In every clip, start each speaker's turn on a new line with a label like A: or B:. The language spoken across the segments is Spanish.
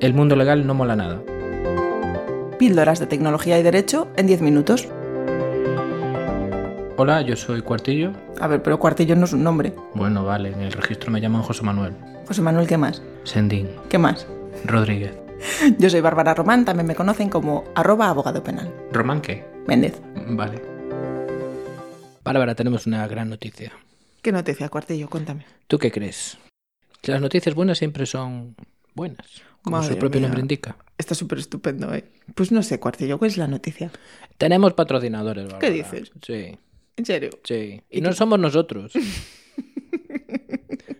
A: el mundo legal no mola nada.
B: Píldoras de tecnología y derecho en 10 minutos.
A: Hola, yo soy Cuartillo.
B: A ver, pero Cuartillo no es un nombre.
A: Bueno, vale, en el registro me llaman José Manuel.
B: José Manuel, ¿qué más?
A: Sendín.
B: ¿Qué más?
A: Rodríguez.
B: Yo soy Bárbara Román, también me conocen como arroba abogado penal.
A: ¿Román qué?
B: Méndez.
A: Vale. Bárbara, tenemos una gran noticia.
B: ¿Qué noticia, Cuartillo? Cuéntame.
A: ¿Tú qué crees? Que las noticias buenas siempre son buenas, como
B: Madre
A: su propio
B: mía.
A: nombre indica.
B: Está súper estupendo, ¿eh? Pues no sé, Cuartillo, ¿cuál es la noticia?
A: Tenemos patrocinadores, Bárbara.
B: dices?
A: Sí,
B: En serio.
A: sí. Y, no somos nosotros.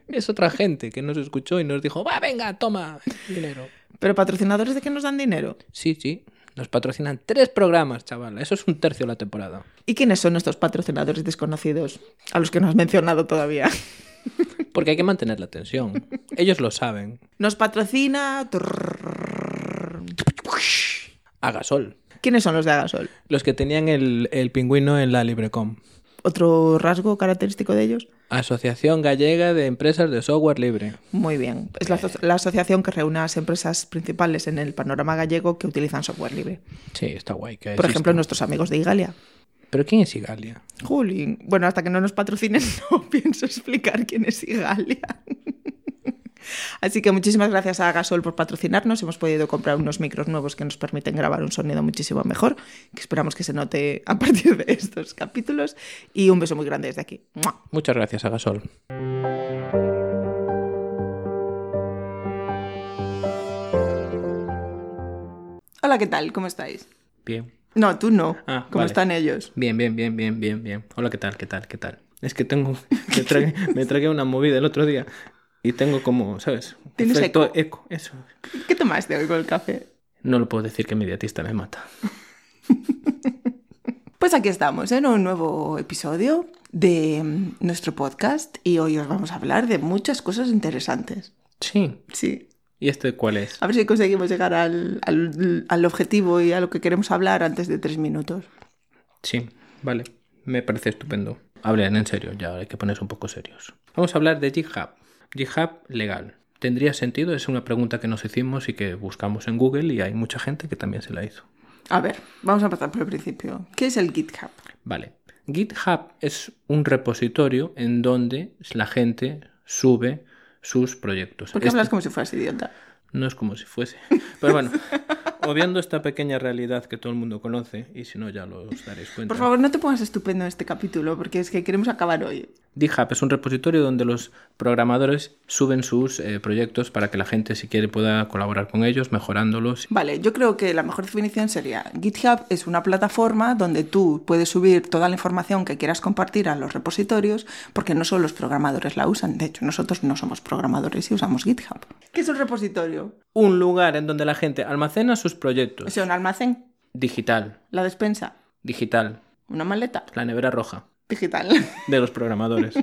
A: es otra gente que nos escuchó y nos dijo, va, venga, toma dinero.
B: ¿Pero patrocinadores de qué nos dan dinero?
A: Sí, sí. Nos patrocinan tres programas, chaval. Eso es un tercio de la temporada.
B: ¿Y quiénes son estos patrocinadores desconocidos a los que no has mencionado todavía?
A: Porque hay que mantener la tensión. Ellos lo saben.
B: Nos patrocina... trrrr.
A: Agasol.
B: ¿Quiénes son los de Agasol?
A: Los que tenían el, el pingüino en la Librecom.
B: ¿Otro rasgo característico de ellos?
A: Asociación Gallega de Empresas de Software Libre.
B: Muy bien. Es
A: Eh,
B: la, aso- la asociación que reúne a las empresas principales en el panorama gallego que utilizan software libre.
A: Sí, está guay. Que
B: Por
A: exista.
B: ejemplo, nuestros amigos de Igalia.
A: ¿Pero quién es Igalia?
B: Juli, bueno, hasta que no nos patrocinen no pienso explicar quién es Igalia. Así que muchísimas gracias a Agasol por patrocinarnos. Hemos podido comprar unos micros nuevos que nos permiten grabar un sonido muchísimo mejor, que esperamos que se note a partir de estos capítulos. Y un beso muy grande desde aquí. ¡Mua!
A: Muchas gracias, Agasol.
B: Hola, ¿qué tal? ¿Cómo estáis?
A: Bien.
B: No, tú no.
A: Ah,
B: ¿Cómo
A: vale.
B: están ellos?
A: Bien, bien, bien, bien, bien, bien. Hola, ¿qué tal? ¿Qué tal? ¿Qué tal? Es que tengo. Me tragué, me tragué una movida el otro día y tengo como, ¿sabes?
B: Tienes
A: Efecto eco. Eso.
B: ¿Qué tomaste hoy con el café?
A: No lo puedo decir que mi dietista me mata.
B: Pues aquí estamos en un nuevo episodio de mm, nuestro podcast y hoy os vamos a hablar de muchas cosas interesantes.
A: Sí.
B: Sí.
A: ¿Y este cuál es?
B: A ver si conseguimos llegar al, al- al objetivo y a lo que queremos hablar antes de tres minutos.
A: Sí, vale. Me parece estupendo. Hablen en serio, ya hay que ponerse un poco serios. Vamos a hablar de GitHub. GitHub legal. ¿Tendría sentido? Es una pregunta que nos hicimos y que buscamos en Google y hay mucha gente que también se la hizo.
B: A ver, vamos a empezar por el principio. ¿Qué es el GitHub?
A: Vale. GitHub es un repositorio en donde la gente sube sus proyectos.
B: ¿Por qué
A: Este-
B: hablas como si fueras idiota?
A: No es como si fuese. Pero bueno, obviando esta pequeña realidad que todo el mundo conoce, y si no ya lo os daréis cuenta.
B: Por favor, no te pongas estupendo en este capítulo porque es que queremos acabar hoy.
A: GitHub es un repositorio donde los programadores suben sus eh, proyectos para que la gente, si quiere, pueda colaborar con ellos, mejorándolos.
B: Vale, yo creo que la mejor definición sería GitHub es una plataforma donde tú puedes subir toda la información que quieras compartir a los repositorios, porque no solo los programadores la usan, de hecho nosotros no somos programadores y usamos GitHub. ¿Qué es un repositorio?
A: Un lugar en donde la gente almacena sus
B: O
A: proyectos.
B: sea, un almacén,
A: Digital,
B: la despensa,
A: digital,
B: una maleta
A: la nevera roja
B: digital.
A: de los programadores.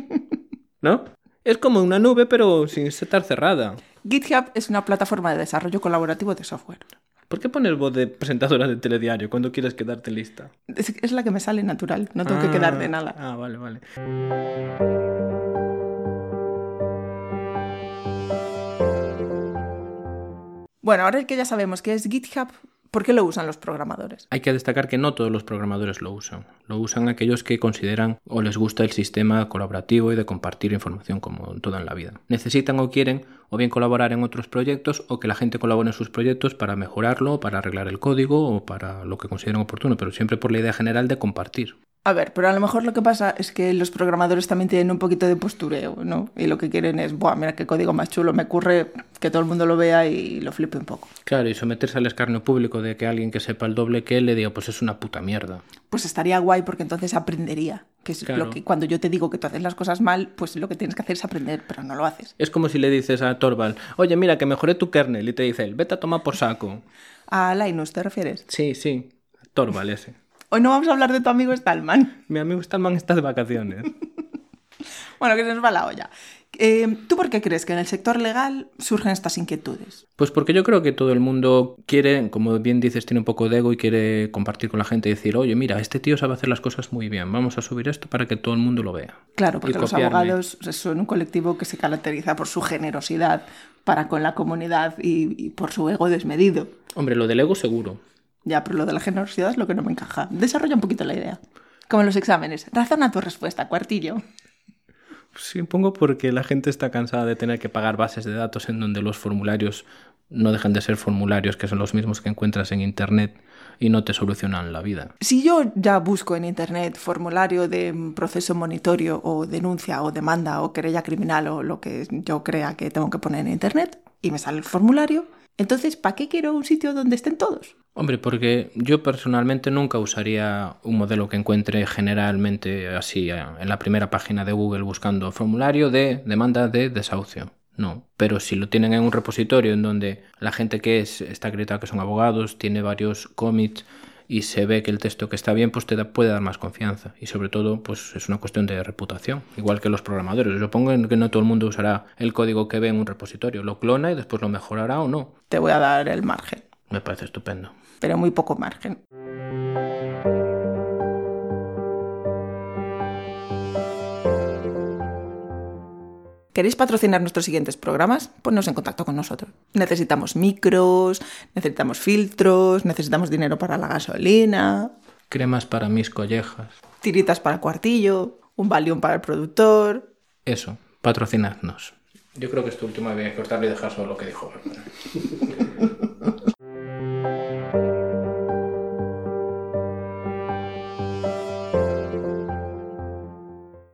A: ¿No? Es como una nube, pero sin estar cerrada.
B: GitHub es una plataforma de desarrollo colaborativo de software.
A: ¿Por qué pones voz de presentadora de telediario cuando quieres quedarte lista?
B: Es, es la que me sale natural, no tengo que
A: Ah,
B: quedar de nada.
A: Ah, vale, vale.
B: Bueno, ahora que ya sabemos qué es GitHub, ¿por qué lo usan los programadores?
A: Hay que destacar que no todos los programadores lo usan. Lo usan aquellos que consideran o les gusta el sistema colaborativo y de compartir información como en toda en la vida. Necesitan o quieren o bien colaborar en otros proyectos o que la gente colabore en sus proyectos para mejorarlo, para arreglar el código o para lo que consideren oportuno, pero siempre por la idea general de compartir.
B: A ver, pero a lo mejor lo que pasa es que los programadores también tienen un poquito de postureo, ¿no? Y lo que quieren es, buah, mira qué código más chulo, me ocurre que todo el mundo lo vea y lo flipe un poco.
A: Claro, y someterse al escarnio público de que alguien que sepa el doble que él le diga, pues es una puta mierda.
B: Pues estaría guay porque entonces aprendería, que es lo
A: Claro.
B: que cuando yo te digo que tú haces las cosas mal, pues lo que tienes que hacer es aprender, pero no lo haces.
A: Es como si le dices a Torvald, oye, mira, que mejoré tu kernel, y te dice él, vete a tomar por saco.
B: A Linus te refieres.
A: Sí, sí, Torvald ese.
B: Hoy no vamos a hablar de tu amigo Stallman.
A: Mi amigo Stallman está de vacaciones.
B: Bueno, que se nos va la olla. Eh, ¿Tú por qué crees que en el sector legal surgen estas inquietudes?
A: Pues porque yo creo que todo el mundo quiere, como bien dices, tiene un poco de ego y quiere compartir con la gente y decir, oye, mira, este tío sabe hacer las cosas muy bien, vamos a subir esto para que todo el mundo lo vea.
B: Claro, porque los abogados son un colectivo que se caracteriza por su generosidad para con la comunidad y, y por su ego desmedido.
A: Hombre, lo del ego seguro.
B: Ya, pero lo de la generosidad es lo que no me encaja. Desarrolla un poquito la idea. Como en los exámenes. Razona tu respuesta, cuartillo.
A: Supongo porque la gente está cansada de tener que pagar bases de datos en donde los formularios no dejan de ser formularios que son los mismos que encuentras en Internet y no te solucionan la vida.
B: Si yo ya busco en Internet formulario de proceso monitorio o denuncia o demanda o querella criminal o lo que yo crea que tengo que poner en Internet y me sale el formulario, entonces ¿para qué quiero un sitio donde estén todos?
A: Hombre, porque yo personalmente nunca usaría un modelo que encuentre generalmente así eh, en la primera página de Google buscando formulario de demanda de desahucio. No, pero si lo tienen en un repositorio en donde la gente que es está acreditada que son abogados, tiene varios commits y se ve que el texto que está bien, pues te da, puede dar más confianza. Y sobre todo, pues es una cuestión de reputación, igual que los programadores. Yo pongo que no todo el mundo usará el código que ve en un repositorio, lo clona y después lo mejorará o no.
B: Te voy a dar el margen.
A: Me parece estupendo.
B: Pero muy poco margen. ¿Queréis patrocinar nuestros siguientes programas? Ponnos en contacto con nosotros. Necesitamos micros, necesitamos filtros, necesitamos dinero para la gasolina.
A: Cremas para mis collejas.
B: Tiritas para el cuartillo, un valium para el productor.
A: Eso, patrocinadnos. Yo creo que este último voy a cortarle y dejar solo lo que dijo.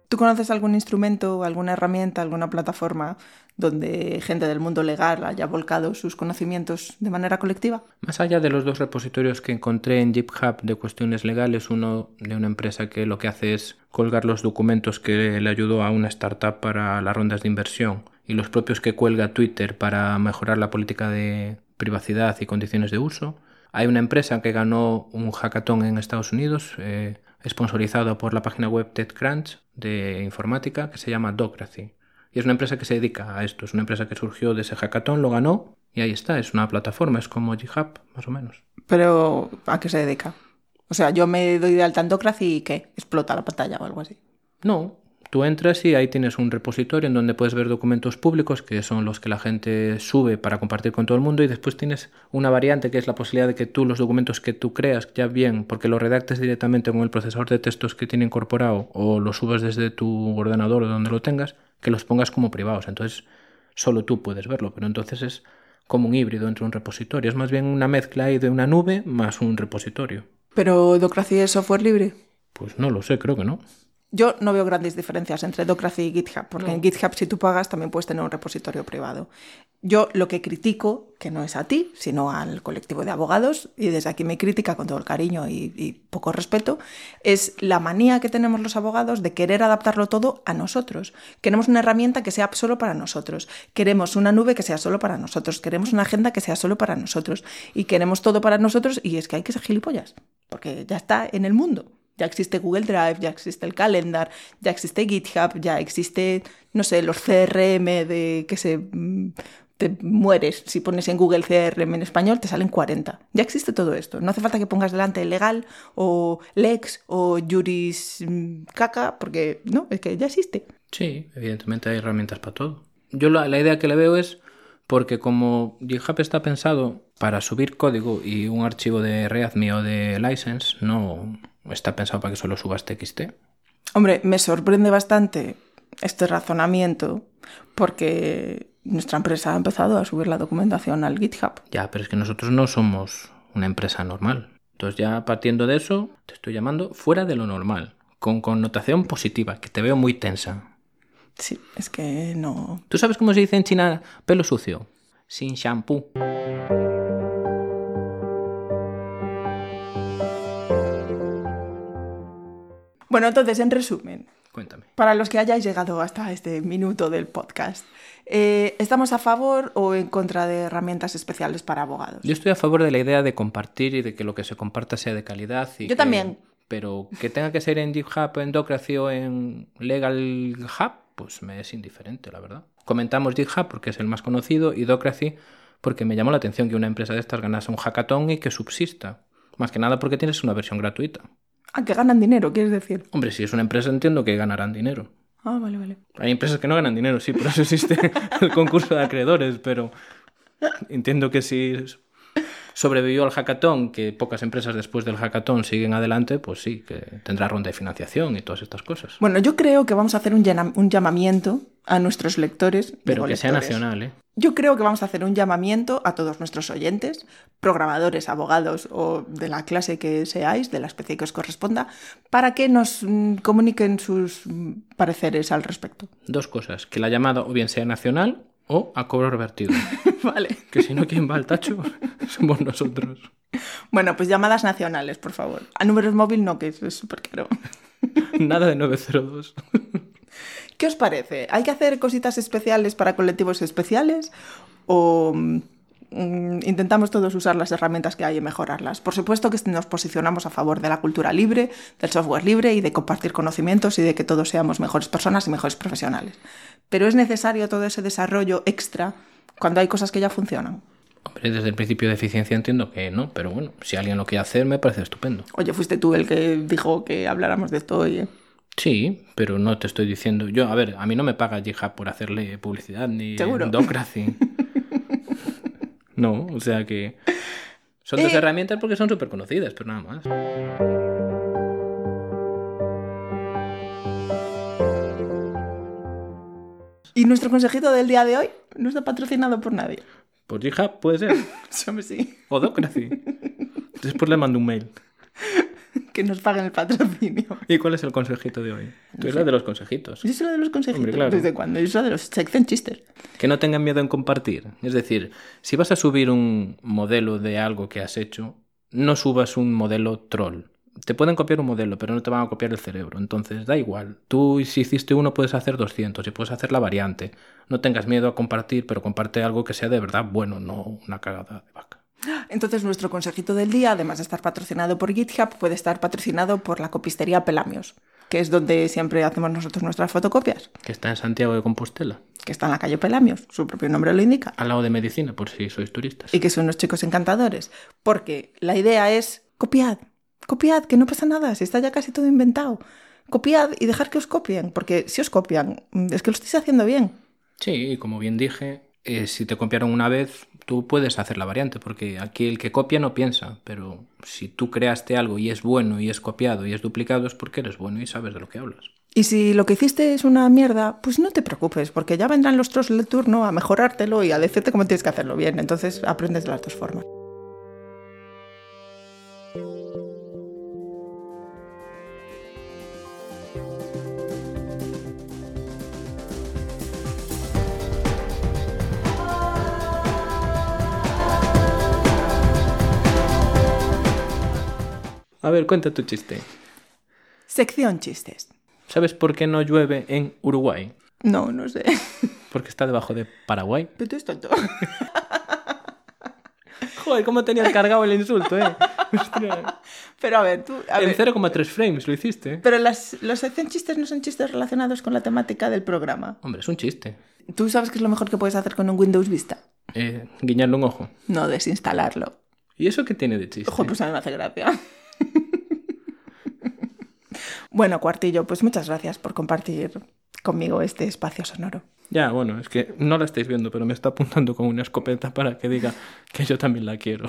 B: ¿Tú conoces algún instrumento, alguna herramienta, alguna plataforma donde gente del mundo legal haya volcado sus conocimientos de manera colectiva?
A: Más allá de los dos repositorios que encontré en GitHub de cuestiones legales, uno de una empresa que lo que hace es colgar los documentos que le ayudó a una startup para las rondas de inversión y los propios que cuelga Twitter para mejorar la política de privacidad y condiciones de uso. Hay una empresa que ganó un hackathon en Estados Unidos. Eh, sponsorizado por la página web TechCrunch de informática que se llama Docracy. Y es una empresa que se dedica a esto, es una empresa que surgió de ese hackathon, lo ganó y ahí está, es una plataforma, es como GitHub, más o menos.
B: Pero, ¿a qué se dedica? O sea, yo me doy de alta en Docracy y ¿qué? ¿Explota la pantalla o algo así?
A: No, Tú entras y ahí tienes un repositorio en donde puedes ver documentos públicos, que son los que la gente sube para compartir con todo el mundo, y después tienes una variante que es la posibilidad de que tú los documentos que tú creas, ya bien, porque los redactes directamente con el procesador de textos que tiene incorporado o los subes desde tu ordenador o donde lo tengas, que los pongas como privados. Entonces solo tú puedes verlo, pero entonces es como un híbrido entre un repositorio. Es más bien una mezcla ahí de una nube más un repositorio.
B: ¿Pero Docracy es software libre?
A: Pues no lo sé, creo que no.
B: Yo no veo grandes diferencias entre Docracy y GitHub, porque no. en GitHub si tú pagas también puedes tener un repositorio privado. Yo lo que critico, que no es a ti, sino al colectivo de abogados, y desde aquí me crítica con todo el cariño y, y poco respeto, es la manía que tenemos los abogados de querer adaptarlo todo a nosotros. Queremos una herramienta que sea solo para nosotros, queremos una nube que sea solo para nosotros, queremos una agenda que sea solo para nosotros, y queremos todo para nosotros, y es que hay que ser gilipollas, porque ya está en el mundo. Ya existe Google Drive, ya existe el calendar, ya existe GitHub, ya existe, no sé, los CRM de que se mm, te mueres. Si pones en Google CRM en español, te salen 40. Ya existe todo esto. No hace falta que pongas delante legal o lex o juris mm, caca, porque no, es que ya existe.
A: Sí, evidentemente hay herramientas para todo. Yo la, la idea que le veo es porque como GitHub está pensado para subir código y un archivo de readme o de license, no está pensado para que solo subas TXT.
B: Hombre, me sorprende bastante este razonamiento porque nuestra empresa ha empezado a subir la documentación al GitHub.
A: Ya, pero es que nosotros no somos una empresa normal. Entonces ya partiendo de eso, te estoy llamando fuera de lo normal, con connotación positiva, que te veo muy tensa.
B: Sí, es que no.
A: ¿Tú sabes cómo se dice en China pelo sucio? Sin shampoo.
B: Bueno, entonces, en resumen.
A: Cuéntame.
B: Para los que hayáis llegado hasta este minuto del podcast, eh, ¿estamos a favor o en contra de herramientas especiales para abogados?
A: Yo estoy a favor de la idea de compartir y de que lo que se comparta sea de calidad. Y
B: Yo
A: que,
B: también.
A: Pero que tenga que ser en GitHub, en Docracy o en Legal Hub, pues me es indiferente, la verdad. Comentamos GitHub porque es el más conocido y Docracy porque me llamó la atención que una empresa de estas ganase un hackathon y que subsista. Más que nada porque tienes una versión gratuita.
B: Ah, que ganan dinero, quieres decir.
A: Hombre, si es una empresa entiendo que ganarán dinero.
B: Ah, vale, vale.
A: Hay empresas que no ganan dinero, sí, por eso existe el concurso de acreedores, pero entiendo que si sobrevivió al hackathon, que pocas empresas después del hackathon siguen adelante, pues sí, que tendrá ronda de financiación y todas estas cosas.
B: Bueno, yo creo que vamos a hacer un, llena- un llamamiento a nuestros lectores.
A: Pero
B: digo
A: que sea
B: lectores.
A: nacional, ¿eh?
B: Yo creo que vamos a hacer un llamamiento a todos nuestros oyentes, programadores, abogados o de la clase que seáis, de la especie que os corresponda, para que nos mm, comuniquen sus mm, pareceres al respecto.
A: Dos cosas, que la llamada o bien sea nacional o a cobro revertido.
B: vale.
A: Que si no, ¿quién va al tacho? Somos nosotros.
B: Bueno, pues llamadas nacionales, por favor. A números móvil no, que eso es súper caro.
A: Nada de 902.
B: ¿Qué os parece? ¿Hay que hacer cositas especiales para colectivos especiales? ¿O mm, intentamos todos usar las herramientas que hay y mejorarlas? Por supuesto que nos posicionamos a favor de la cultura libre, del software libre y de compartir conocimientos y de que todos seamos mejores personas y mejores profesionales. Pero es necesario todo ese desarrollo extra cuando hay cosas que ya funcionan.
A: Hombre, desde el principio de eficiencia entiendo que no, pero bueno, si alguien lo quiere hacer me parece estupendo.
B: Oye, fuiste tú el que dijo que habláramos de esto hoy. ¿eh?
A: Sí, pero no te estoy diciendo. Yo, a ver, a mí no me paga GitHub por hacerle publicidad ni
B: Seguro.
A: Docracy. no, o sea que. Son dos
B: Eh.
A: herramientas porque son súper conocidas, pero nada más.
B: Y nuestro consejito del día de hoy no está patrocinado por nadie.
A: Por GitHub puede ser.
B: Hombre, sí.
A: O Docracy. Después le mando un mail.
B: Que nos paguen el patrocinio. Pues
A: ¿Y cuál es el consejito de hoy? Tú eres la de los consejitos.
B: Yo soy la de los consejitos.
A: Hombre, claro.
B: ¿Desde cuándo? Yo soy la de los sección chistes.
A: Que no tengan miedo en compartir. Es decir, si vas a subir un modelo de algo que has hecho, no subas un modelo troll. Te pueden copiar un modelo, pero no te van a copiar el cerebro. Entonces, da igual. Tú, si hiciste uno, puedes hacer 200 y puedes hacer la variante. No tengas miedo a compartir, pero comparte algo que sea de verdad bueno, no una cagada de vaca.
B: Entonces, nuestro consejito del día, además de estar patrocinado por GitHub, puede estar patrocinado por la copistería Pelamios, que es donde siempre hacemos nosotros nuestras fotocopias,
A: Que está en Santiago de Compostela,
B: que está en la calle Pelamios, su propio nombre lo indica,
A: al lado de medicina, por si sois turistas.
B: y que son unos chicos encantadores. Porque la idea es copiad, copiad, que no pasa nada, si está ya casi todo inventado. Copiad y dejar que os copien, porque si os copian, mm, es que lo estáis haciendo bien.
A: Sí, y como bien dije, eh, si te copiaron una vez, tú puedes hacer la variante, porque aquí el que copia no piensa, pero si tú creaste algo y es bueno y es copiado y es duplicado es porque eres bueno y sabes de lo que hablas.
B: Y si lo que hiciste es una mierda, pues no te preocupes, porque ya vendrán los trolls del turno a mejorártelo y a decirte cómo tienes que hacerlo bien. Entonces aprendes de las dos formas.
A: A ver, cuenta tu chiste.
B: Sección chistes.
A: ¿Sabes por qué no llueve en Uruguay?
B: No, no sé.
A: Porque está debajo de Paraguay.
B: Pero tú eres tonto.
A: Joder, cómo tenías cargado el insulto, ¿eh? Ostras.
B: Pero a ver, tú. A
A: en
B: ver.
A: 0,3 frames lo hiciste.
B: Pero las, las sección chistes no son chistes relacionados con la temática del programa.
A: Hombre, es un chiste.
B: ¿Tú sabes qué es lo mejor que puedes hacer con un Windows Vista?
A: Eh, guiñarle un ojo.
B: No desinstalarlo.
A: ¿Y eso qué tiene de chiste?
B: Ojo, pues a mí me hace gracia. bueno, Cuartillo, pues muchas gracias por compartir conmigo este espacio sonoro.
A: Ya, bueno, es que no la estáis viendo, pero me está apuntando con una escopeta para que diga que yo también la quiero.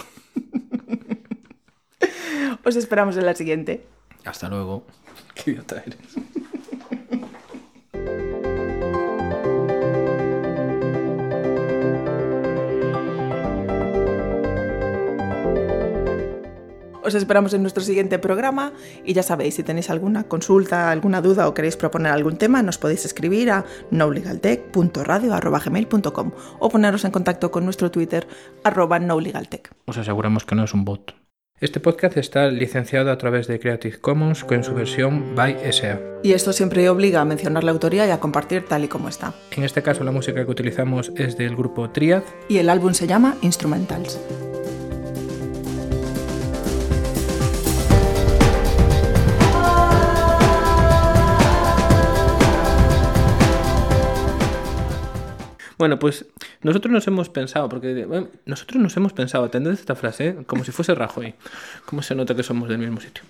B: Os esperamos en la siguiente.
A: Hasta luego. Qué idiota eres.
B: Os esperamos en nuestro siguiente programa y ya sabéis, si tenéis alguna consulta, alguna duda o queréis proponer algún tema, nos podéis escribir a nolegaltech.radio.gmail.com o poneros en contacto con nuestro Twitter arroba nolegaltech.
A: Os aseguramos que no es un bot. Este podcast está licenciado a través de Creative Commons con su versión by SA.
B: Y esto siempre obliga a mencionar la autoría y a compartir tal y como está.
A: En este caso la música que utilizamos es del grupo Triad.
B: Y el álbum se llama Instrumentals.
A: Bueno, pues nosotros nos hemos pensado, porque bueno, nosotros ¿eh? nos hemos pensado, atended esta frase ¿eh? como si fuese Rajoy. ¿Cómo se nota que somos del mismo sitio?